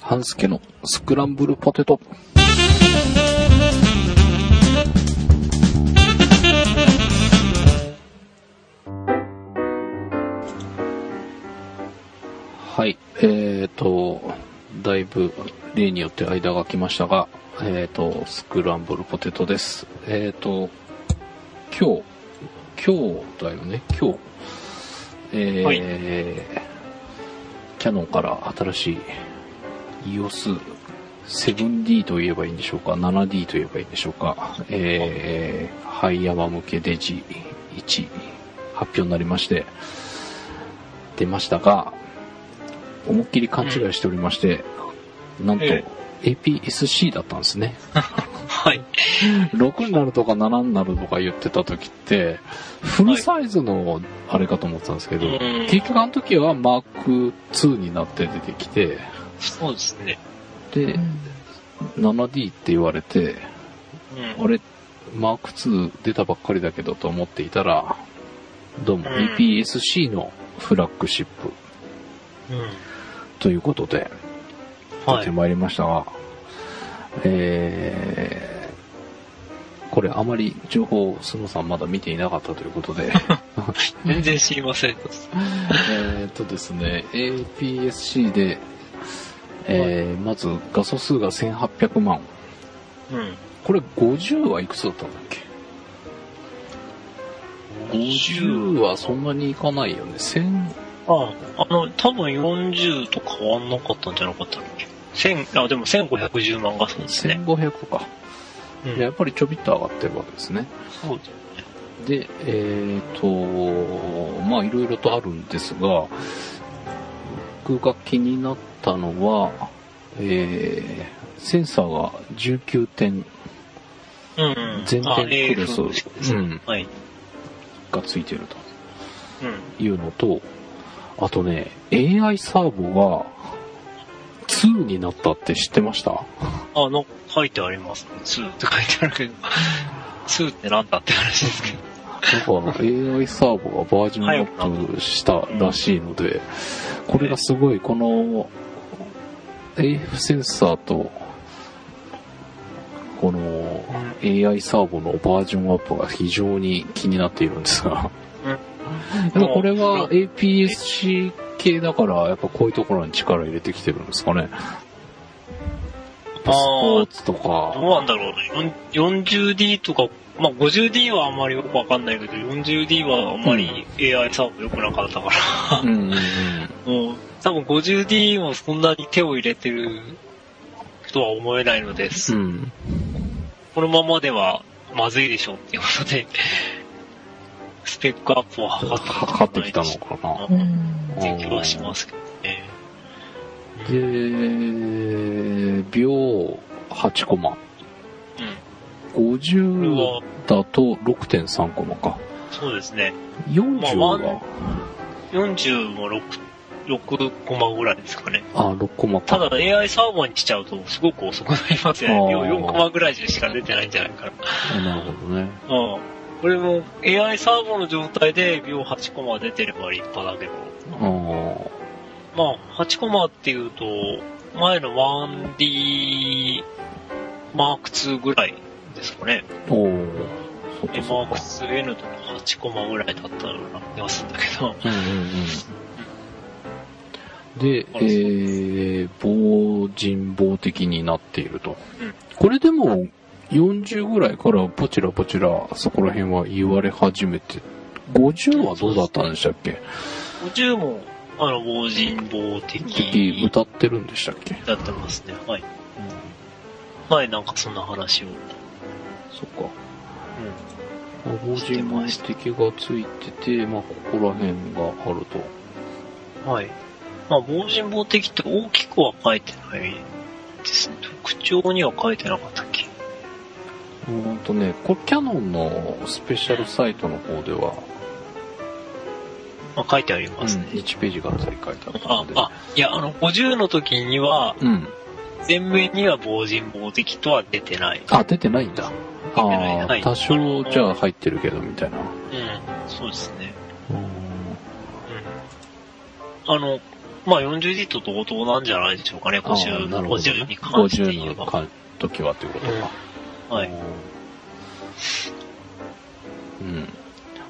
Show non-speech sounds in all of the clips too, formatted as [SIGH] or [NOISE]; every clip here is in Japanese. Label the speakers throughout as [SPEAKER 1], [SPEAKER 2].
[SPEAKER 1] 半助のスクランブルポテト。はい、えーと、だいぶ例によって間が来ましたが、えーと、スクランブルポテトです。えーと、今日、今日だよね、今日、えー
[SPEAKER 2] はい
[SPEAKER 1] キャノンから新しい EOS7D と言えばいいんでしょうか、7D と言えばいいんでしょうか、えー、ハイヤマ向けデジ1発表になりまして、出ましたが、思いっきり勘違いしておりまして、なんと
[SPEAKER 2] え
[SPEAKER 1] APS-C だったんですね。
[SPEAKER 2] はい。
[SPEAKER 1] 6になるとか7になるとか言ってた時って、フルサイズのあれかと思ってたんですけど、
[SPEAKER 2] うん
[SPEAKER 1] 結局あの時はマーク2になって出てきて、
[SPEAKER 2] そうですね。
[SPEAKER 1] で、7D って言われて、
[SPEAKER 2] うん。
[SPEAKER 1] あれ、マーク2出たばっかりだけどと思っていたら、どうも
[SPEAKER 2] うん
[SPEAKER 1] APS-C のフラッグシップ
[SPEAKER 2] うん。
[SPEAKER 1] ということで、
[SPEAKER 2] は
[SPEAKER 1] 出て
[SPEAKER 2] い。
[SPEAKER 1] まいりましたが、えー、これあまり情報をスノさんまだ見ていなかったということで、
[SPEAKER 2] 全然知りません。
[SPEAKER 1] [LAUGHS] えーっとですね、APS-C で、えーまず画素数が1800万。
[SPEAKER 2] うん。
[SPEAKER 1] これ50はいくつだったんだっけ ?50 はそんなにいかないよね。1000、
[SPEAKER 2] あ、あの、多分40と変わんなかったんじゃなかったっけ千あ、でも1510万画素ですね。
[SPEAKER 1] 1500か。
[SPEAKER 2] う
[SPEAKER 1] や
[SPEAKER 2] ん。
[SPEAKER 1] っぱりちょびっと上がってるわけですね。
[SPEAKER 2] そうだ
[SPEAKER 1] で、えっ、と、まあいろいろとあるんですが、僕が気になったのは、えー、センサーが19点
[SPEAKER 2] よね。うん。
[SPEAKER 1] 全点クロス
[SPEAKER 2] あ AF です
[SPEAKER 1] うん
[SPEAKER 2] ねはい。
[SPEAKER 1] がついてると
[SPEAKER 2] うん。
[SPEAKER 1] いうのと、あとね、AI サーボが2になったって知ってました
[SPEAKER 2] あの、書いてありますね。2って書いてあるけど、2ってなんだって話ですけど。
[SPEAKER 1] なんかあの AI サーボがバージョンアップしたらしいので、これがすごい、この AF センサーと、この AI サーボのバージョンアップが非常に気になっているんですが、やっぱこれは APS-C 系だから、やっぱこういうところに力入れてきてるんですかね。スポーツと
[SPEAKER 2] ど
[SPEAKER 1] か、
[SPEAKER 2] うなんだろうね。よん 40D とか、まあ 50D はあんまりよくわかんないけど、40D はあんまり AI サーブ良くなかったから。
[SPEAKER 1] うんうんうん
[SPEAKER 2] もう、多分 50D もそんなに手を入れてるとは思えないのです。
[SPEAKER 1] うん、
[SPEAKER 2] このままではまずいでしょうっていうことで、スペックアップを図った
[SPEAKER 1] 測ってきたのかな。
[SPEAKER 2] の
[SPEAKER 3] う
[SPEAKER 2] かなっ
[SPEAKER 3] ん。
[SPEAKER 2] ていう気はしますけどね。
[SPEAKER 1] で、秒8コマ。
[SPEAKER 2] うん。これ
[SPEAKER 1] 50
[SPEAKER 2] は、
[SPEAKER 1] だと6.3コマか。
[SPEAKER 2] そうですね。
[SPEAKER 1] 40
[SPEAKER 2] まあ
[SPEAKER 1] は、
[SPEAKER 2] 40も6、6コマぐらいですかね。
[SPEAKER 1] あ、6コマか。
[SPEAKER 2] ただ AI サーバーにしちゃうとすごく遅くなりますよ
[SPEAKER 1] あー
[SPEAKER 2] ね。4コマぐらいしか出てないんじゃないかな。
[SPEAKER 1] あなるほどね。
[SPEAKER 2] うん。これも AI サーボの状態で秒8コマ出てれば立派だけど、
[SPEAKER 1] あ
[SPEAKER 2] まあ、8コマっていうと、前の 1D マーク2ぐらいですかね。
[SPEAKER 1] ーおーそっ
[SPEAKER 2] で
[SPEAKER 1] か
[SPEAKER 2] マ
[SPEAKER 1] そっ
[SPEAKER 2] ーク
[SPEAKER 1] か。
[SPEAKER 2] 2 n とか8コマぐらいだったような気がするんだけど、
[SPEAKER 1] うんうんうん。で、
[SPEAKER 2] あ
[SPEAKER 1] えー、防人防的になっていると
[SPEAKER 2] うん。
[SPEAKER 1] これでも、40ぐらいからポチラポチラそこら辺は言われ始めて、50はどうだったんでしたっけ
[SPEAKER 2] 50も、あの、防人防
[SPEAKER 1] 的
[SPEAKER 2] 的
[SPEAKER 1] 歌ってるんでしたっけ
[SPEAKER 2] だってますね。はい。前なんかそんな話を。
[SPEAKER 1] そっか。文字の指摘がついてて、まあ、ここら辺があると。
[SPEAKER 2] はい。まあ、防人防的って大きくは書いてないですね。特徴には書いてなかったっけ
[SPEAKER 1] ほんとね、これキャノンのスペシャルサイトの方では、
[SPEAKER 2] まあ、書いてあり
[SPEAKER 1] うん、
[SPEAKER 2] ますね。
[SPEAKER 1] 1ページから取り替えた
[SPEAKER 2] あ
[SPEAKER 1] ので。、
[SPEAKER 2] あ、いや、あの、50の時には、
[SPEAKER 1] うん。
[SPEAKER 2] 前面には防人防的とは出てない。
[SPEAKER 1] あ、出てないんだ。あ
[SPEAKER 2] 出てない
[SPEAKER 1] あ
[SPEAKER 2] は
[SPEAKER 1] ー、
[SPEAKER 2] い
[SPEAKER 1] 多少じゃあ入ってるけど、みたいな。
[SPEAKER 2] うん、そうですね。
[SPEAKER 1] うん
[SPEAKER 2] うん。あの、まあ 40D と同等なんじゃないでしょうかね、
[SPEAKER 1] あー
[SPEAKER 2] 50、
[SPEAKER 1] なるほど、
[SPEAKER 2] 50に
[SPEAKER 1] ね。
[SPEAKER 2] 関して言
[SPEAKER 1] 50
[SPEAKER 2] え
[SPEAKER 1] の
[SPEAKER 2] ば。
[SPEAKER 1] か時はってことか。
[SPEAKER 2] はい。
[SPEAKER 1] うん。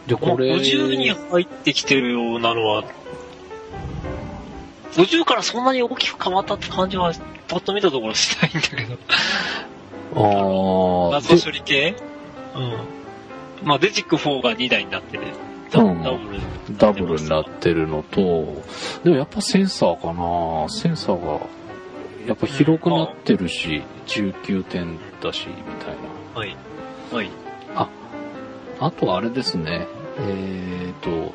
[SPEAKER 1] で、
[SPEAKER 2] まあ
[SPEAKER 1] これ、
[SPEAKER 2] 50に入ってきてるようなのは、50からそんなに大きく変わったって感じは、パッと見たところしないんだけど。
[SPEAKER 1] ああ、
[SPEAKER 2] 謎処理系うん。まあ、デジック4が2台になってね。ダ
[SPEAKER 1] うん
[SPEAKER 2] ダブル。
[SPEAKER 1] でダブルになってるのと、でもやっぱセンサーかなセンサーが、やっぱ広くなってるし、19点だし、みたい
[SPEAKER 2] はい。はい。
[SPEAKER 1] な。あとはあれですね、えっ、と、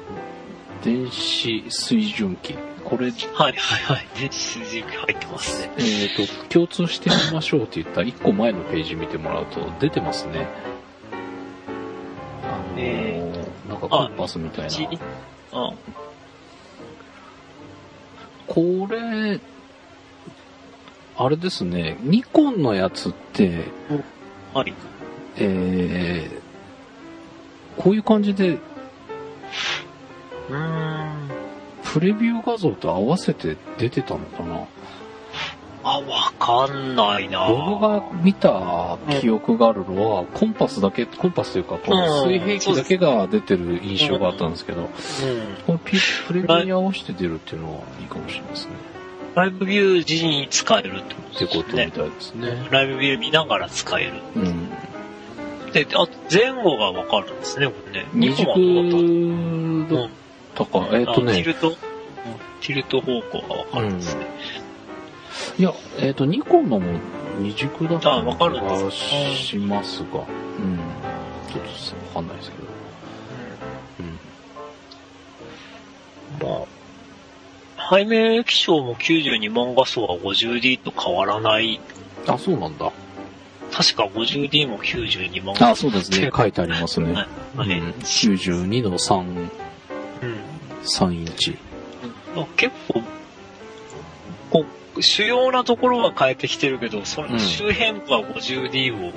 [SPEAKER 1] 電子水準器。これ、
[SPEAKER 2] はい、はい、はい。電子数字入ってますね。
[SPEAKER 1] えー、と共通してみましょうって言った1個前のページ見てもらうと出てますね。あのー
[SPEAKER 2] え
[SPEAKER 1] なんかコンパスみたいな。
[SPEAKER 2] あ
[SPEAKER 1] これ、あれですね、ニコンのやつって、
[SPEAKER 2] はい。
[SPEAKER 1] えーこういう感じで
[SPEAKER 2] うーん。
[SPEAKER 1] プレビュー画像と合わせて出てたのかな
[SPEAKER 2] あ、わかんないな
[SPEAKER 1] 僕が見た記憶があるのは、コンパスだけ、コンパスというか、この水平器だけが出てる印象があったんですけど、
[SPEAKER 2] うん。
[SPEAKER 1] このピプレミアに合わせて出るっていうのはいいかもしれないですね。
[SPEAKER 2] ライブビュー時に使えるってこと
[SPEAKER 1] ってこ
[SPEAKER 2] ですね。
[SPEAKER 1] とみたいですね。
[SPEAKER 2] ライブビュー見ながら使える。
[SPEAKER 1] うん。
[SPEAKER 2] で、あと前後がわかるんですね、これね。
[SPEAKER 1] 二
[SPEAKER 2] うん。
[SPEAKER 1] 軸だったか、えっ、と
[SPEAKER 2] あティ
[SPEAKER 1] ね、
[SPEAKER 2] ルト、うんティルト方向がわかるんですね。
[SPEAKER 1] いや、えっ、と、ニコンのも二軸だった
[SPEAKER 2] あわかるんです
[SPEAKER 1] がしますが、うん。ちょっとわかんないですけど。うん。
[SPEAKER 2] まあ、背面液晶も92万画素は 50D と変わらない。
[SPEAKER 1] あ、そうなんだ。
[SPEAKER 2] 確か 50D も92万画
[SPEAKER 1] あ、
[SPEAKER 2] 素。
[SPEAKER 1] そうです [LAUGHS] ね。書いてありますね。
[SPEAKER 2] は
[SPEAKER 1] う
[SPEAKER 2] い
[SPEAKER 1] ん、92の3、
[SPEAKER 2] うん
[SPEAKER 1] 3インチ。
[SPEAKER 2] まあ結構、こう、主要なところは変えてきてるけど、そ
[SPEAKER 1] うん
[SPEAKER 2] の周辺部は 50D を、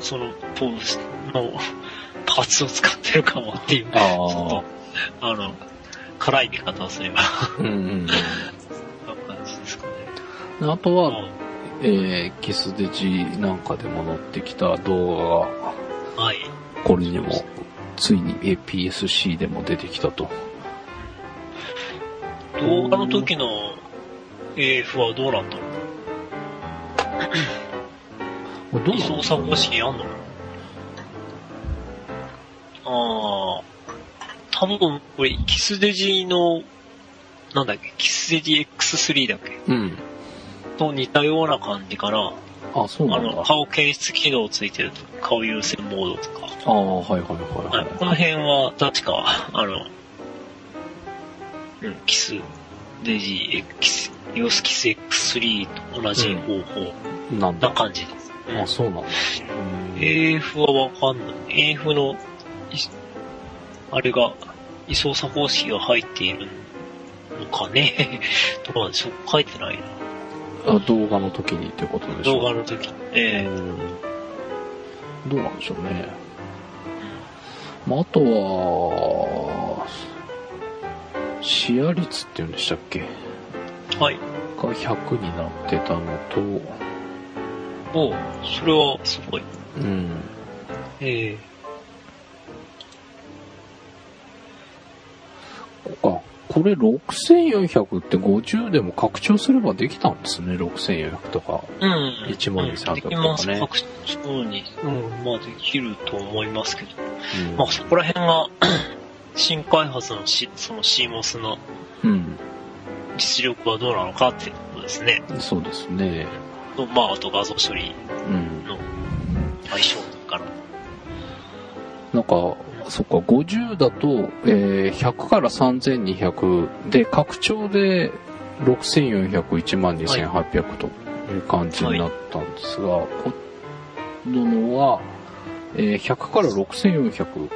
[SPEAKER 2] その、ポーズの [LAUGHS] パーツを使ってるかもっていう、ち
[SPEAKER 1] あー
[SPEAKER 2] ょっと、あの、辛い見方をすれば、
[SPEAKER 1] うんうん
[SPEAKER 2] そんな感じですかね。
[SPEAKER 1] うん。あとは、
[SPEAKER 2] う
[SPEAKER 1] えー、キスデジなんかでも載ってきた動画が、
[SPEAKER 2] んはい。
[SPEAKER 1] これにも、ついにえー PSC でも出てきたと。
[SPEAKER 2] 動画の時の AF はどうなんだろ
[SPEAKER 1] こ
[SPEAKER 2] う
[SPEAKER 1] れどう
[SPEAKER 2] 理
[SPEAKER 1] な
[SPEAKER 2] 想
[SPEAKER 1] の
[SPEAKER 2] 作方式あんのああ、多分これ、キスデジの、なんだっけ、キスデジ X3 だっけ
[SPEAKER 1] うん。
[SPEAKER 2] と似たような感じかな。
[SPEAKER 1] あ、そうな
[SPEAKER 2] あ
[SPEAKER 1] んだ。
[SPEAKER 2] の、
[SPEAKER 1] あ
[SPEAKER 2] 顔検出機能ついてるとか顔優先モードとか。
[SPEAKER 1] あー、はいはいは
[SPEAKER 2] は
[SPEAKER 1] は
[SPEAKER 2] いい、
[SPEAKER 1] い。
[SPEAKER 2] この辺は、確か、あの、うん、キスデジ X、ヨスキス X3 と同じ方法
[SPEAKER 1] なん
[SPEAKER 2] な
[SPEAKER 1] だ。
[SPEAKER 2] 感じです。うん
[SPEAKER 1] あ、そうなんだ。
[SPEAKER 2] AF はわかんない。AF の、いあれが、位相差方式が入っているのか
[SPEAKER 1] [LAUGHS]
[SPEAKER 2] ね。どうなんでしょう書いてないな。
[SPEAKER 1] あ動画の時にってことでしょ
[SPEAKER 2] 動画の時。え
[SPEAKER 1] うんどうなんでしょうね。まあ、あとは、視野率って言うんでしたっけ
[SPEAKER 2] えはい。
[SPEAKER 1] が100になってたのと、う
[SPEAKER 2] おうそれはすごい。
[SPEAKER 1] ん。
[SPEAKER 2] ええ
[SPEAKER 1] こあ、これ6400って50でも拡張すればできたんですね、6400とか。
[SPEAKER 2] うん。
[SPEAKER 1] 12,300
[SPEAKER 2] できます。
[SPEAKER 1] とかね
[SPEAKER 2] 各そうに、うん、まあできると思いますけど。
[SPEAKER 1] うん。
[SPEAKER 2] まあそこら辺が、 [CLEARS THROAT] 新開発のしその CMOS の
[SPEAKER 1] うん
[SPEAKER 2] 実力はどうなのかっていうことですね。
[SPEAKER 1] そうですね。
[SPEAKER 2] とまああと画像処理
[SPEAKER 1] うん。
[SPEAKER 2] の相性から。
[SPEAKER 1] なんか、そっか、50だと、えー100から3200で、拡張で6400、12800という感じになったんですが、こののは、えー100から6400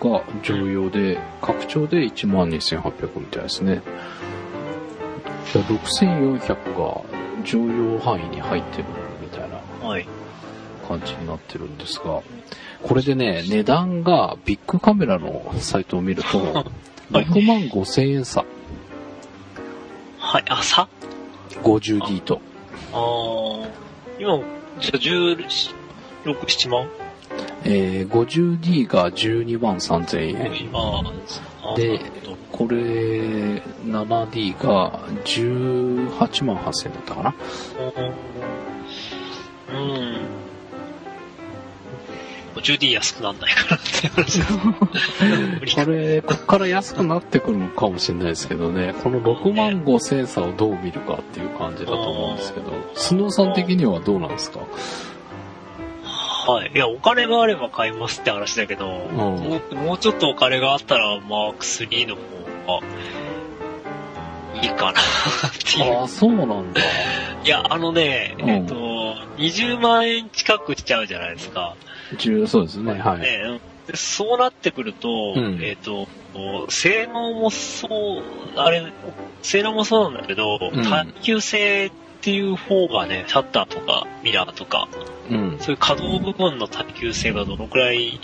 [SPEAKER 1] が常用で、拡張で12800みたいですね。だから6400が常用範囲に入ってるみたいな
[SPEAKER 2] はい。
[SPEAKER 1] 感じになってるんですが、これでね、値段がビッグ [LAUGHS] カメラのサイトを見ると、
[SPEAKER 2] はい
[SPEAKER 1] 6万5千円差。
[SPEAKER 2] はい、あ、さ
[SPEAKER 1] 50D と。
[SPEAKER 2] あー今、じゃあ16、7万
[SPEAKER 1] えー、50D が12万3000円。
[SPEAKER 2] あー
[SPEAKER 1] で
[SPEAKER 2] なるほど
[SPEAKER 1] これ、7D が18万8000円だったかな。
[SPEAKER 2] うん。50D 安くなんないからっ
[SPEAKER 1] [LAUGHS]
[SPEAKER 2] て話だ無理か
[SPEAKER 1] これ、こっから安くなってくるのかもしれないですけどね、この6万5千差をどう見るかっていう感じだと思うんですけど、スノーさん的にはどうなんですか
[SPEAKER 2] はい。いや、お金があれば買いますって話だけど、もうもうちょっとお金があったら、マーク3の方がいいかなっていう
[SPEAKER 1] あ。あ、そうなん [LAUGHS] だ。
[SPEAKER 2] いや、あのね、
[SPEAKER 1] うん
[SPEAKER 2] えっ、と、20万円近くしちゃうじゃないですか。
[SPEAKER 1] 10そうですね、はい。
[SPEAKER 2] ねうんでそうなってくると、
[SPEAKER 1] うん
[SPEAKER 2] えっ、と、性能もそう、あれ、性能もそうなんだけど、
[SPEAKER 1] うん
[SPEAKER 2] 耐久性っていう方がね、シャッターとかミラーとか、
[SPEAKER 1] うん。
[SPEAKER 2] そういう可動部分の耐久性がどのくらい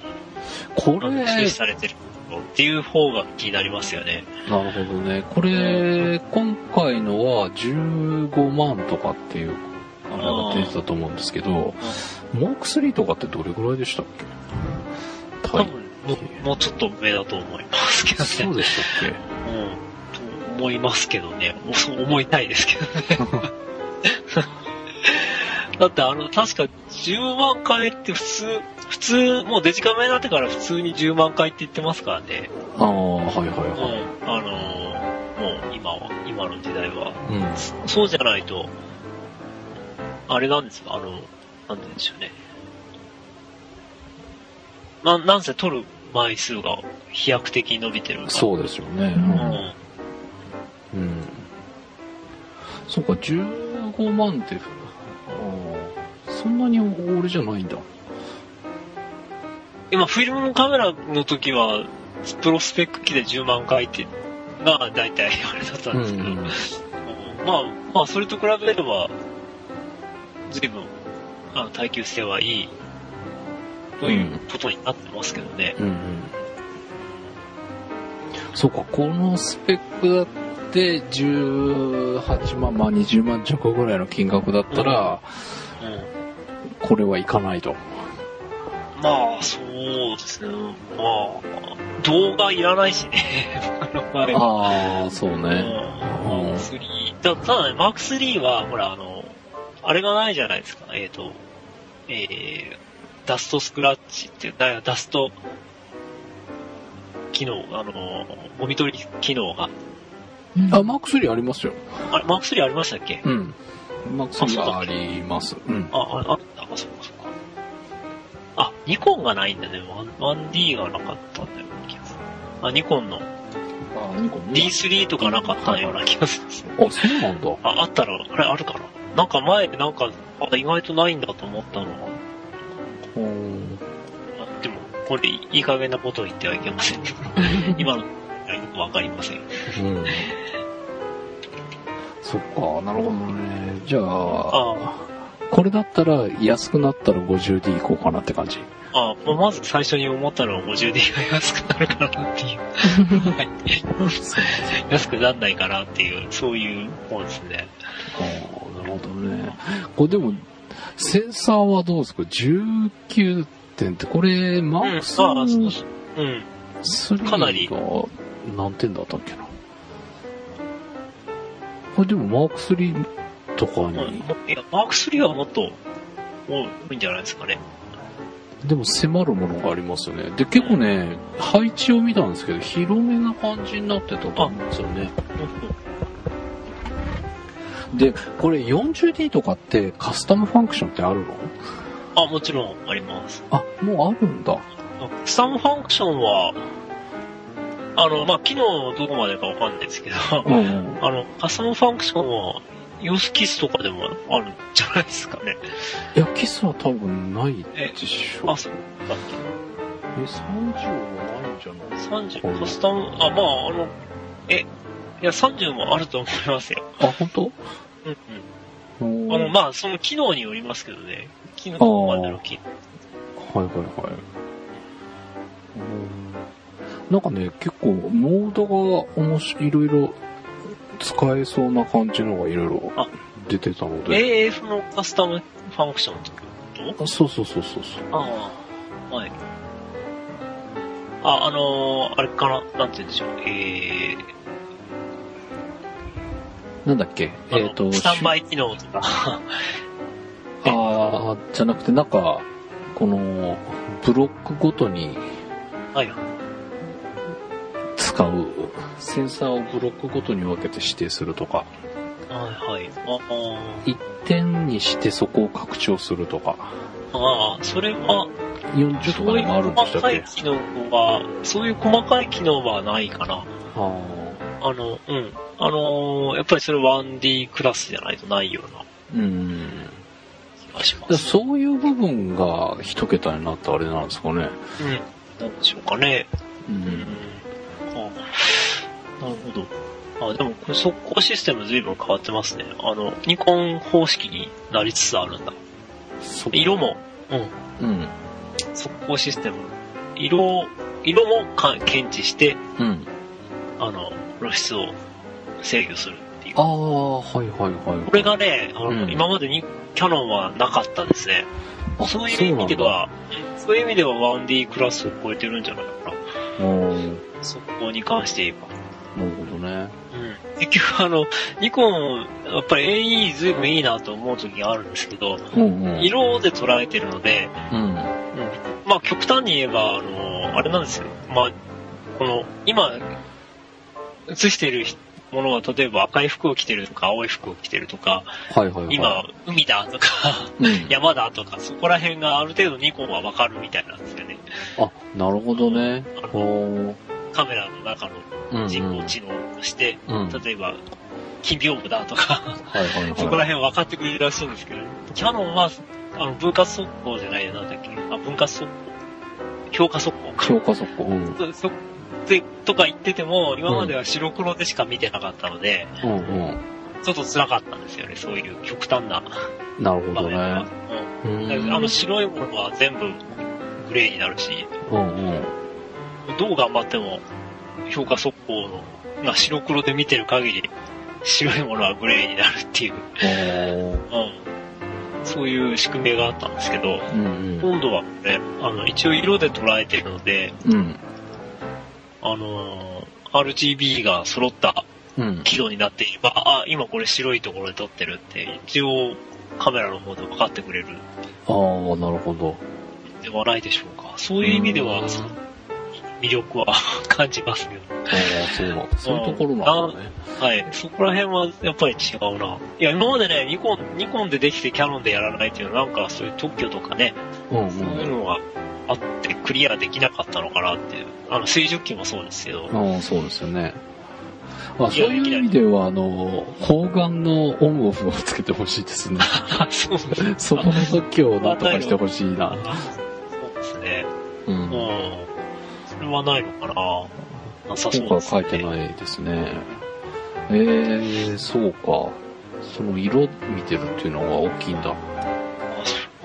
[SPEAKER 1] これ、な
[SPEAKER 2] 重視されてるのっていう方が気になりますよね。
[SPEAKER 1] るほどね。これ、今回のは15万とかっていう、あれが出てたと思うんですけど、モーク3とかってどれぐらいでしたっけ
[SPEAKER 2] 多
[SPEAKER 1] はい
[SPEAKER 2] 分、もうもうちょっと上だと思いますけどね。
[SPEAKER 1] そうでしたっけ
[SPEAKER 2] うん、と思いますけどね。おそう思いたいですけどね。だってあの、確か10万回って普通、普通、もうデジカメになってから普通に10万回って言ってますからね。
[SPEAKER 1] ああ、はいは
[SPEAKER 2] うん。あのーもう今は、今の時代は。
[SPEAKER 1] いはい。
[SPEAKER 2] そうじゃないと、あれなんですかあの、なんて言うんでしょうね。な、なんせ撮る枚数が飛躍的に伸びてるか
[SPEAKER 1] うん。
[SPEAKER 2] ら。
[SPEAKER 1] そうですよね。
[SPEAKER 2] う
[SPEAKER 1] うん
[SPEAKER 2] ん。
[SPEAKER 1] うん。そうか、15万って、あーそんなに俺じゃないんだ。
[SPEAKER 2] 今、フィルムのカメラの時は、プロスペック機で10万回って、が大体あれだったんですけど、うんまあ、まあ、それと比べれば、随分、あの耐久性はいい、ということになってますけどね。
[SPEAKER 1] うんうんそうか、このスペックだって、18万、まあ20万弱ぐらいの金額だったら、
[SPEAKER 2] うん
[SPEAKER 1] これはいかないと。
[SPEAKER 2] まあ、そうですね。まあ、動画いらないしね。 [LAUGHS] あの場合は
[SPEAKER 1] ああ、 [LAUGHS] そうね。
[SPEAKER 2] うん、3だただね、マーク3は、ほら、あの、あれがないじゃないですか。えっ、と、えー、ダストスクラッチっていう、だダスト機能、あの、ゴミ取り機能が。
[SPEAKER 3] うん
[SPEAKER 1] あ、マーク3ありますよ。
[SPEAKER 2] あれ、マーク3ありましたっけ
[SPEAKER 1] うん。マーク
[SPEAKER 2] あそう
[SPEAKER 1] 3
[SPEAKER 2] だ
[SPEAKER 1] あります。うん。
[SPEAKER 2] あ、ああったか、そうか、そうか。あ、ニコンがないんだね。ワン 1D がなかったんだような気がする。あ、ニコンの
[SPEAKER 1] あ、2個
[SPEAKER 2] D3 とかなかったような気がする。
[SPEAKER 1] あ、そうなんだ。
[SPEAKER 2] あ、あったら、あれあるかななんか前、なんか、あ、意外とないんだと思ったのが、
[SPEAKER 1] うん
[SPEAKER 2] あでも、これ、いい加減なことを言ってはいけ
[SPEAKER 1] [LAUGHS]
[SPEAKER 2] ません。今の、よくわかりません。
[SPEAKER 1] うんそっか、なるほどね。じゃあ、
[SPEAKER 2] あ
[SPEAKER 1] これだったら安くなったら 50D 行こうかなって感じ。
[SPEAKER 2] あ、まあまず最初に思ったのは 50D が安くなるかなっていう。
[SPEAKER 1] [LAUGHS]
[SPEAKER 2] はい安くなんないかなっていう、そういう本ですね。
[SPEAKER 1] あーなるほどね。これでも、センサーはどうですか ?19 点って、これ、マックス
[SPEAKER 2] うんあーそうん。
[SPEAKER 1] 3
[SPEAKER 2] かなり
[SPEAKER 1] が何点だったっけな。これでもマーク3とか
[SPEAKER 2] もう
[SPEAKER 1] に、
[SPEAKER 2] もいや、マーク3はもっと、多いんじゃないですかね。
[SPEAKER 1] でも迫るものがありますよね。で、結構ね、配置を見たんですけど、広めな感じになってたと思うんですよね。で、これ 40D とかってカスタムファンクションってあるの
[SPEAKER 2] あ、もちろんあります。
[SPEAKER 1] あ、もうあるんだ。
[SPEAKER 2] スタムファンクションは、あの、まあ、機能どこまでかわかんないですけど、 [LAUGHS]
[SPEAKER 1] うんうん。
[SPEAKER 2] あの、カスタムファンクションは、様子キスとかでもあるんじゃないですかね。
[SPEAKER 1] いや、キスは多分ないでしょ。
[SPEAKER 2] あ、そうだっ
[SPEAKER 1] え、30はないんじゃない
[SPEAKER 2] け。30、カスタム、あ、まあ、あの、え、いや、30もあると思いますよ。
[SPEAKER 1] あ、本当？
[SPEAKER 2] うん
[SPEAKER 1] うん
[SPEAKER 2] うん。あの、
[SPEAKER 1] はい
[SPEAKER 2] まあ、その機能によりますけどね。機能どこまでの機能。
[SPEAKER 1] はいはい。うんなんかね、結構、モードがおもし、いろいろ使えそうな感じのがいろいろ
[SPEAKER 2] あ
[SPEAKER 1] 出てたので。
[SPEAKER 2] AF のカスタムファンクションってこと
[SPEAKER 1] あそうそうそうそうそう。
[SPEAKER 2] ああ、はい。あ、あのー、あれかな、なんて言うんでしょう。え
[SPEAKER 1] なんだっけ
[SPEAKER 2] ー、あ
[SPEAKER 1] え
[SPEAKER 2] の
[SPEAKER 1] っ、と、
[SPEAKER 2] スタンバイ機能とか。
[SPEAKER 1] ああ、じゃなくて、なんか、この、ブロックごとに
[SPEAKER 2] はい。
[SPEAKER 1] 使う、センサーをブロックごとに分けて指定するとか、
[SPEAKER 2] はいはい。あ
[SPEAKER 1] 1点にしてそこを拡張するとか、
[SPEAKER 2] あ、ああ、それは、
[SPEAKER 1] 40と
[SPEAKER 2] そ
[SPEAKER 1] か
[SPEAKER 2] うい
[SPEAKER 1] で
[SPEAKER 2] う
[SPEAKER 1] もあるんでした
[SPEAKER 2] 細
[SPEAKER 1] っ
[SPEAKER 2] か
[SPEAKER 1] け
[SPEAKER 2] い機能は、そういう細かい機能はないかな。
[SPEAKER 1] あ
[SPEAKER 2] あの、うん。あのー、やっぱりそれ 1D クラスじゃないとないような
[SPEAKER 1] ーうん。
[SPEAKER 2] 気がしま
[SPEAKER 1] だ
[SPEAKER 2] す。
[SPEAKER 1] そういう部分が一桁になったあれなんですかね。
[SPEAKER 2] うん。なんでしょうかね。
[SPEAKER 1] う
[SPEAKER 2] うん
[SPEAKER 1] ん。。
[SPEAKER 2] あなるほど。あ、でもこれ速攻システム随分変わってますね。あの、ニコン方式になりつつあるんだ。
[SPEAKER 1] そ
[SPEAKER 2] 色も、
[SPEAKER 1] うん。
[SPEAKER 2] 速攻システム。色を、色もか検知して、
[SPEAKER 1] うん。
[SPEAKER 2] あの、露出を制御するっていう
[SPEAKER 1] あ。あ、はいはいはい。
[SPEAKER 2] これがね、あの
[SPEAKER 1] うん
[SPEAKER 2] 今までにキャノンはなかったですね。
[SPEAKER 1] あ、
[SPEAKER 2] そういう意味では、そういう意味では 1D クラスを超えてるんじゃないかな。
[SPEAKER 1] そうなんだ。うん
[SPEAKER 2] 速攻に関して言えば。
[SPEAKER 1] なるほどね。
[SPEAKER 2] うん、結局あの、ニコン、やっぱり AE 随分いいなと思う時があるんですけど、
[SPEAKER 1] うんうん。
[SPEAKER 2] 色で捉えてるので、
[SPEAKER 1] うん。
[SPEAKER 2] まあ極端に言えば、あの、あれなんですよ。まあ、この、今、映しているものは、例えば赤い服を着てるとか、青い服を着てるとか、
[SPEAKER 1] はいはいはい。
[SPEAKER 2] 今、海だとか、
[SPEAKER 1] うん、
[SPEAKER 2] 山だとか、そこら辺がある程度ニコンはわかるみたいなんですよね。
[SPEAKER 1] あ、なるほどね。おー
[SPEAKER 2] カメラの中
[SPEAKER 1] うんうん
[SPEAKER 2] の人工知能として、
[SPEAKER 1] うん。はい
[SPEAKER 2] 例えば、金屏風だとか、
[SPEAKER 1] はいはい。
[SPEAKER 2] そこら辺分かってくれるらしいんですけど、キャノンは、あの、分割速攻じゃないや、なんだっけ、あ、分割速攻、評価速攻か。
[SPEAKER 1] 強化速攻。うん。
[SPEAKER 2] そそでとか言ってても、今までは白黒でしか見てなかったので、
[SPEAKER 1] うんう。
[SPEAKER 2] ちょっと辛かったんですよね、そういう極端なん
[SPEAKER 1] なるほ
[SPEAKER 2] 場
[SPEAKER 1] ど
[SPEAKER 2] 面は
[SPEAKER 1] ね。。う。
[SPEAKER 2] うんんあの、白いものは全部グレーになるし、
[SPEAKER 1] うんうん。
[SPEAKER 2] どう頑張っても評価速攻の、が白黒で見てる限り、白いものはグレーになるっていう、
[SPEAKER 1] おー
[SPEAKER 2] うん、そういう仕組みがあったんですけど、
[SPEAKER 1] うん
[SPEAKER 2] 今度はね、あの、一応色で捉えてるので、
[SPEAKER 1] うん。うん。
[SPEAKER 2] あのー RGB が揃った
[SPEAKER 1] うん。
[SPEAKER 2] 軌道になっていれば、あ、今これ白いところで撮ってるって、一応カメラの方で分かってくれるん
[SPEAKER 1] ああ、なるほど。
[SPEAKER 2] ではないでしょうか。そういう意味で
[SPEAKER 1] う
[SPEAKER 2] は
[SPEAKER 1] ん、
[SPEAKER 2] その魅力は [LAUGHS] 感じますよ。
[SPEAKER 1] ああ、そうなんだ。そういうところなんだね。
[SPEAKER 2] はい。そこら辺はやっぱり違うな。いや、今までね、ニコン、ニコンでできてキャノンでやらないっていうのは、なんかそういう特許とかね、
[SPEAKER 1] うん
[SPEAKER 2] そういうのがあってクリアできなかったのかなっていう。あの、水蒸気もそうですけど、
[SPEAKER 1] うん。ああ、そうですよね。あそういう意味では、あの、方眼のオンオフをつけてほしいです
[SPEAKER 2] [LAUGHS]
[SPEAKER 1] ね。
[SPEAKER 2] あそう
[SPEAKER 1] そこの時をなんとかしてほしいな。
[SPEAKER 2] そうですね。
[SPEAKER 1] う
[SPEAKER 2] うん
[SPEAKER 1] ん。。
[SPEAKER 2] それはないのかななさそう
[SPEAKER 1] 今
[SPEAKER 2] で
[SPEAKER 1] 回
[SPEAKER 2] すね。
[SPEAKER 1] 書いてないですね。えー、そうか。その色見てるっていうのが大き
[SPEAKER 2] [LAUGHS]
[SPEAKER 1] いんだ。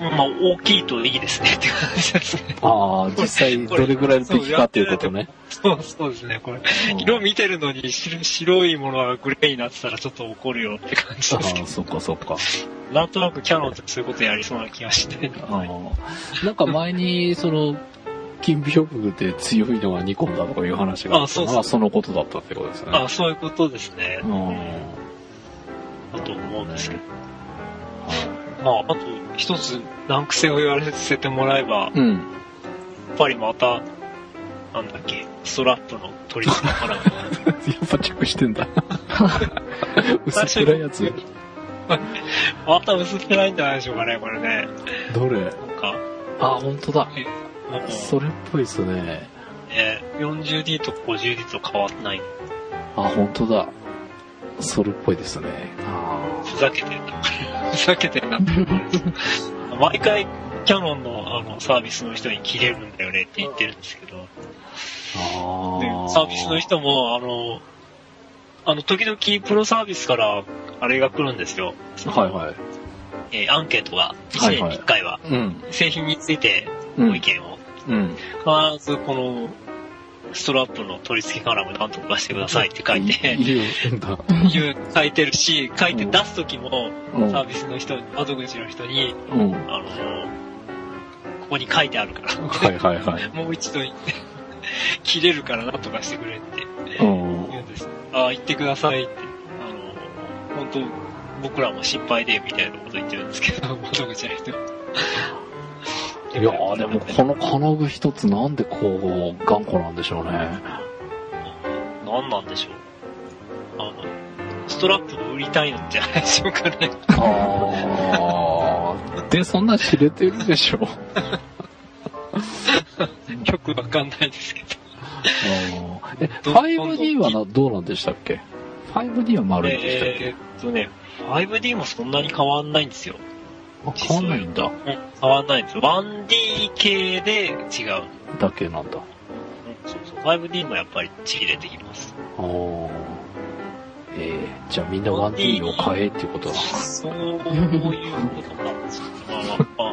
[SPEAKER 2] うんまあ、大きいといいですねって感じですね。
[SPEAKER 1] ああ、実際どれぐらいの敵かっていうことね。
[SPEAKER 2] そうそうですね、これ。
[SPEAKER 1] うん
[SPEAKER 2] 色見てるのに白白いものはグレーになってたらちょっと怒るよって感じ
[SPEAKER 1] あ
[SPEAKER 2] ですけ
[SPEAKER 1] あ、そっかそっか。
[SPEAKER 2] ど、なんとなくキャノンってそういうことやりそうな気がして。
[SPEAKER 1] あーなんか前に、その、金屏風で強いのがニコンだとかいう話があったの
[SPEAKER 2] あそうそ
[SPEAKER 1] が
[SPEAKER 2] う
[SPEAKER 1] そのことだったってことですよね。
[SPEAKER 2] あそういうことですね
[SPEAKER 1] う。ん。
[SPEAKER 2] だと思うんですけど。
[SPEAKER 1] は
[SPEAKER 2] まあ、あと一つ難癖を言わせてもらえば、
[SPEAKER 1] い。
[SPEAKER 2] や
[SPEAKER 1] うん。
[SPEAKER 2] っぱりまた、なんだっけ、ストラップの取り付けから。
[SPEAKER 1] やっぱチェックしてん
[SPEAKER 2] [LAUGHS]
[SPEAKER 1] だ。薄っぺらいやつ。
[SPEAKER 2] また薄っぺらいんじゃないでしょうかね、これね。
[SPEAKER 1] どれ
[SPEAKER 2] なんか、
[SPEAKER 1] あ、本当だ。
[SPEAKER 2] もう
[SPEAKER 1] それっぽいですね。
[SPEAKER 2] ね、40D と 50D と変わってない。
[SPEAKER 1] あ、本当だ。それっぽいですね。あ
[SPEAKER 2] ふざけてるな。 [LAUGHS] ふざけてるなって思うんですよ。 [LAUGHS] 毎回、キャノンのあのサービスの人に切れるんだよねって言ってるんですけど、
[SPEAKER 1] あ
[SPEAKER 2] でサービスの人も、あの、あの、時々プロサービスからあれが来るんですよ。
[SPEAKER 1] はいはい。
[SPEAKER 2] えーアンケートが、1
[SPEAKER 1] はい
[SPEAKER 2] 年に1回は、
[SPEAKER 1] うん。
[SPEAKER 2] 製品について
[SPEAKER 1] う
[SPEAKER 2] ご
[SPEAKER 1] ん
[SPEAKER 2] 意見を、
[SPEAKER 1] うん。
[SPEAKER 2] 必ずこの、ストラップの取り付け金もなんとかしてくださいって書いて、
[SPEAKER 1] 言うんだ。
[SPEAKER 2] 言う、 [LAUGHS] 書いてるし、書いて出すときも、
[SPEAKER 1] うん
[SPEAKER 2] サービスの人に、窓口の人に、
[SPEAKER 1] うん。
[SPEAKER 2] あの、ここに書いてあるから、
[SPEAKER 1] はいはいはい。
[SPEAKER 2] [LAUGHS] もう一度言って、切れるからなんとかしてくれって
[SPEAKER 1] うん。
[SPEAKER 2] 言うんです。ああ、言ってくださいって。あの、本当僕らも心配で、みたいなこと言ってるんですけど、 [LAUGHS] 窓口の人。
[SPEAKER 1] いやーでもこの金具一つなんでこう頑固なんでしょうね。
[SPEAKER 2] 何なんでしょう。あの、ストラップを売りたいんじゃないでしょうかね。
[SPEAKER 1] あー。で、そんな知れてるでしょ。
[SPEAKER 2] よくわかんないですけど。
[SPEAKER 1] え、5D はなどうなんでしたっけ ?5D は丸いんでしたっけ、
[SPEAKER 2] えーっとね、5D もそんなに変わんないんですよ。
[SPEAKER 1] あ、変わんないんだ。
[SPEAKER 2] 変わんないんですよ。1D 系で違う。
[SPEAKER 1] だけなんだ。
[SPEAKER 2] そうそう。5D もやっぱりちぎれてきます。
[SPEAKER 1] あー。えー、じゃあみんな 1D を変えっていうことだ。
[SPEAKER 2] そういうことなんですよ。まあ、まあ、あ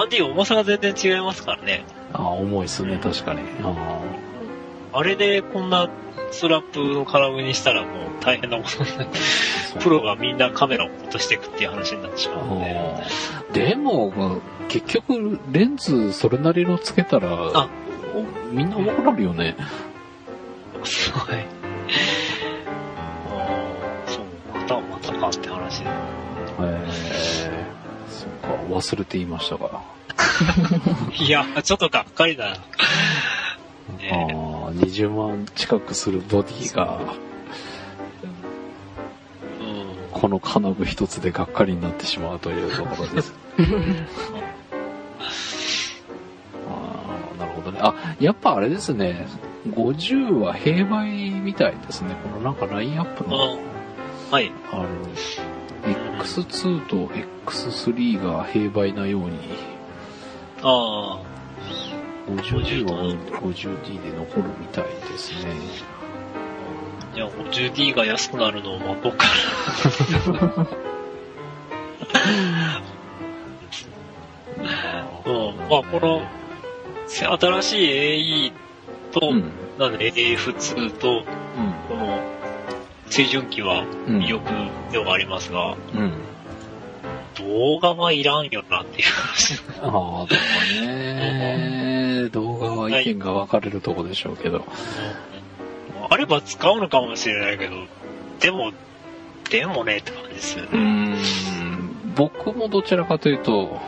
[SPEAKER 2] の、1D 重さが全然違いますからね。
[SPEAKER 1] あー、重いっすね、確かに。あ
[SPEAKER 2] あれでこんなストラップの金具にしたらもう大変なことになる。
[SPEAKER 1] ー
[SPEAKER 2] プロがみんなカメラを落としていくっていう話になってしまうので。
[SPEAKER 1] でも、結局、レンズそれなりのつけたら、
[SPEAKER 2] あ
[SPEAKER 1] おみんな重くなるよね。
[SPEAKER 2] す [LAUGHS] ごい。あーそう、またまたかって話で。
[SPEAKER 1] えー、そうか、忘れていましたが。
[SPEAKER 2] いや、ちょっとがっかりだ
[SPEAKER 1] あ
[SPEAKER 2] な。ね
[SPEAKER 1] ー20万近くするボディが、
[SPEAKER 2] えうん
[SPEAKER 1] この金具一つでがっかりになってしまうというところです。あーなるほどね。あ、やっぱあれですね、50は平売みたいですね。このなんかラインアップの
[SPEAKER 2] あはい。
[SPEAKER 1] あの、X2 と X3 が平売なように、
[SPEAKER 2] あ
[SPEAKER 1] 50は 50D で残るみたいですね。
[SPEAKER 2] あ。いや、50D が安くなるのを待とうかな。うん。まあ、この、せ新しい AE と、
[SPEAKER 1] うん。
[SPEAKER 2] なんで AF2 と、この、水準機は
[SPEAKER 1] うん。
[SPEAKER 2] 魅力ではありますが、
[SPEAKER 1] うん。
[SPEAKER 2] 動画はいらんよなっていう話。
[SPEAKER 1] ああ、でもね、動画は意見が分かれるとこでしょうけど。
[SPEAKER 2] あれば使うのかもしれないけど、でも、でもねって感じですよ
[SPEAKER 1] うー
[SPEAKER 2] ね。
[SPEAKER 1] ん、僕もどちらかというと、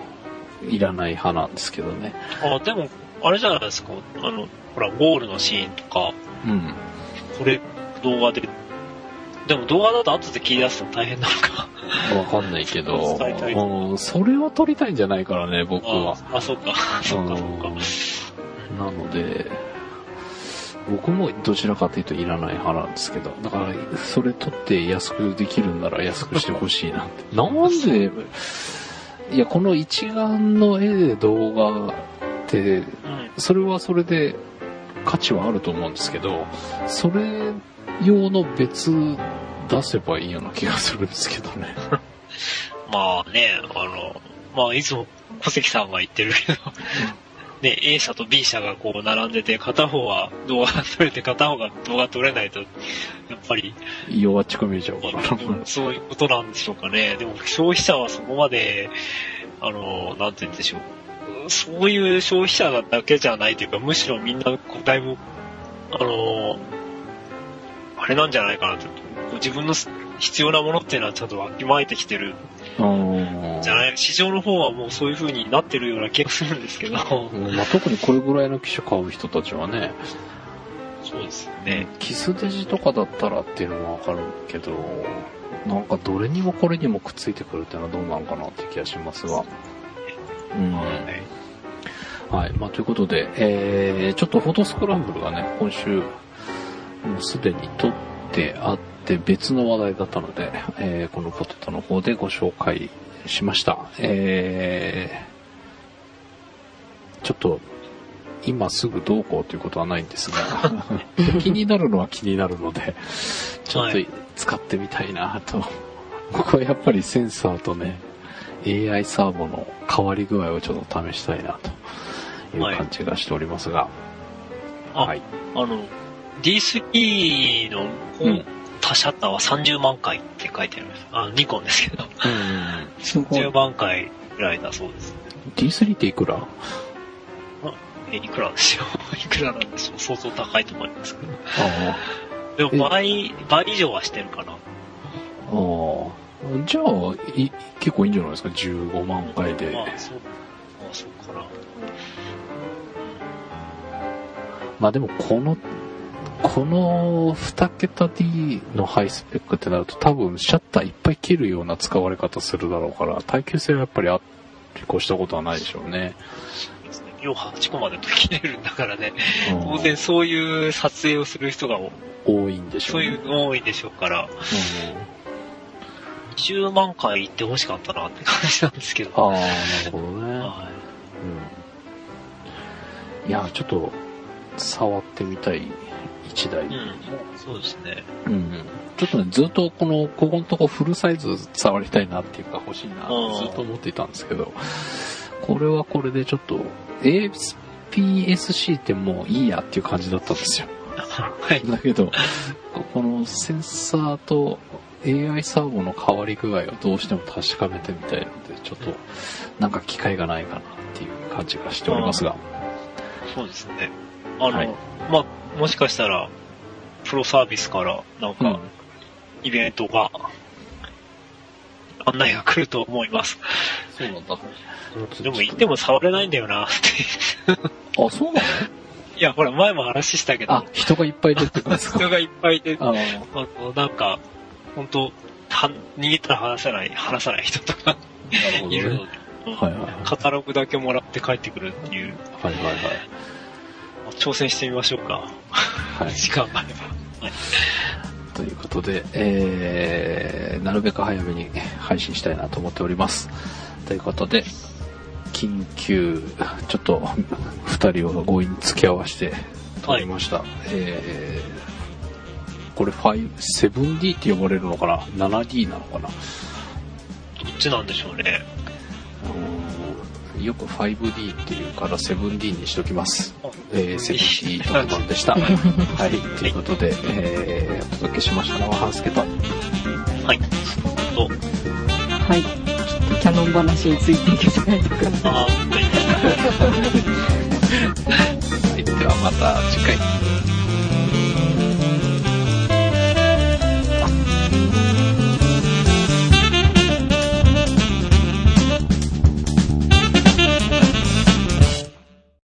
[SPEAKER 1] いらない派なんですけどね。
[SPEAKER 2] あ、でも、あれじゃないですか、あの、ほら、ゴールのシーンとか、
[SPEAKER 1] うん。
[SPEAKER 2] これ、動画で、でも動画だと後で切り出すの大変なのか。
[SPEAKER 1] わかんないけど、
[SPEAKER 2] 伝えたい
[SPEAKER 1] うんそれを撮りたいんじゃないからね、僕は。
[SPEAKER 2] [LAUGHS] あ、そうか、そうか、そうか。
[SPEAKER 1] うんなので、僕もどちらかというといらない派なんですけど、だから、それ取って安くできるんなら安くしてほしいな [LAUGHS] って。なんで、いや、この一眼の絵で動画って、
[SPEAKER 2] うん。
[SPEAKER 1] それはそれで価値はあると思うんですけど、それ用の別出せばいいような気がするんですけど [LAUGHS] ね。
[SPEAKER 2] まあね、あの、まあいつも小関さんが言ってるけど、ね、A 社と B 社がこう並んでて、片方は動画が撮れて、片方が動画撮れないと、やっぱり、
[SPEAKER 1] 弱っちく見えちゃうからな。
[SPEAKER 2] [LAUGHS] そういうことなんでしょうかね。でも消費者はそこまで、あの、なんて言うんでしょう。そういう消費者だけじゃないというか、むしろみんな、こうだいぶ、あの、あれなんじゃないかなと。こう自分の必要なものっていうのはちゃんとわきまえてきてる
[SPEAKER 1] うん
[SPEAKER 2] じゃない市場の方はもうそういう風になってるような気がするんですけど。
[SPEAKER 1] うんまあ、特にこれぐらいの機種買う人たちはね、
[SPEAKER 2] そうですね。
[SPEAKER 1] キスデジとかだったらっていうのもわかるけど、なんかどれにもこれにもくっついてくるっていうのはどうなのかなって気がしますが。うん。は
[SPEAKER 2] はい
[SPEAKER 1] い。まあ、ということで、えー、ちょっとフォトスクランブルがね、今週、もうすでに撮ってあって別の話題だったので、えー、このポテトの方でご紹介しました。えー、ちょっと、今すぐどうこうということはないんですが、気になるのは気になるので、ちょっと
[SPEAKER 2] はい
[SPEAKER 1] 使ってみたいなと。ここはやっぱりセンサーとね、AI サーボの変わり具合をちょっと試したいなという感じがしておりますが、
[SPEAKER 2] あ
[SPEAKER 1] はい。
[SPEAKER 2] あの、D3 の
[SPEAKER 1] うん。う
[SPEAKER 2] 本
[SPEAKER 1] ん
[SPEAKER 2] 他シャッターは30万回って書いてあります。あの、ニコンですけど。
[SPEAKER 3] すごい
[SPEAKER 2] 10。万回ぐらいだそうです。
[SPEAKER 1] D3 っていくら
[SPEAKER 2] え、いくらでしょう [LAUGHS] いくらなんでしょう相当高いと思いますけど。
[SPEAKER 1] ああ。
[SPEAKER 2] でも倍、倍以上はしてるか
[SPEAKER 1] あ
[SPEAKER 2] な。
[SPEAKER 1] あ。じゃあ、い結構いいんじゃないですか ?15 万回で。
[SPEAKER 2] まあ、そう、まあ、そうかな。
[SPEAKER 1] まあでもこの、この2桁 D のハイスペックってなると多分シャッターいっぱい切るような使われ方するだろうから、耐久性はやっぱりあ結構したことはないでしょうね。
[SPEAKER 2] 量8個まで切れるんだからね。
[SPEAKER 1] うん
[SPEAKER 2] 当然そういう撮影をする人が多
[SPEAKER 1] 多いんでしょ
[SPEAKER 2] そうう
[SPEAKER 1] ね。
[SPEAKER 2] いうの多いでしょうから、
[SPEAKER 1] うん
[SPEAKER 2] 10万回行ってほしかったなって感じなんですけど。
[SPEAKER 1] ああ、なるほどね。
[SPEAKER 2] はい
[SPEAKER 1] うん。いや、ちょっと、触ってみたい一台。
[SPEAKER 2] うん、そうですね。
[SPEAKER 1] うん。ちょっとね、ずっとこの、ここのとこフルサイズ触りたいなっていうか欲しいな
[SPEAKER 2] うん
[SPEAKER 1] ってずっと思っていたんですけど、これはこれでちょっと、APS-C ってもういいやっていう感じだったんですよ。
[SPEAKER 2] はい。
[SPEAKER 1] だけど、このセンサーと AI サーボの変わり具合をどうしても確かめてみたいので、ちょっと、なんか機会がないかなっていう感じがしておりますが。
[SPEAKER 2] そうですね。あの、
[SPEAKER 1] はい
[SPEAKER 2] まあ、もしかしたら、プロサービスから、なん
[SPEAKER 1] うん
[SPEAKER 2] か、イベントが、案内が来ると思います。
[SPEAKER 1] そうなんだ。
[SPEAKER 2] でも行っても触れないんだよな、 [LAUGHS] って。
[SPEAKER 1] あ、そうなの
[SPEAKER 2] いや、ほら、前も話したけ
[SPEAKER 1] あ
[SPEAKER 2] ど、、
[SPEAKER 1] 人がいっぱい出てくるんですか
[SPEAKER 2] 人がいっぱいで、
[SPEAKER 1] あ
[SPEAKER 2] あの、なんか、本当は逃げたら話せない、話さない人とか
[SPEAKER 1] なるほ
[SPEAKER 2] いるので、
[SPEAKER 1] はいはいはい
[SPEAKER 2] カタログだけもらって帰ってくるっていう、
[SPEAKER 1] はいはいはい。
[SPEAKER 2] 挑戦してみましょうか。
[SPEAKER 1] はい。
[SPEAKER 2] 時間があれば。はい。
[SPEAKER 1] ということで、えー、なるべく早めに配信したいなと思っております。ということで、緊急、ちょっと、二人を強引に付き合わせて撮りました。えー、これ5、7D って呼ばれるのかな ?7D なのかな
[SPEAKER 2] どっちなんでしょうね。
[SPEAKER 1] うーんよく 5D っていうから 7D にしときます。
[SPEAKER 2] あ
[SPEAKER 1] えー、セブンティーントマンでした。はい、ということで、えー、お届けしましたのはハンスケと。
[SPEAKER 2] はい。と、
[SPEAKER 3] はい。ちょっとキャノン話についていけてないとか。
[SPEAKER 2] あー、はい。
[SPEAKER 1] はい、ではまた次回。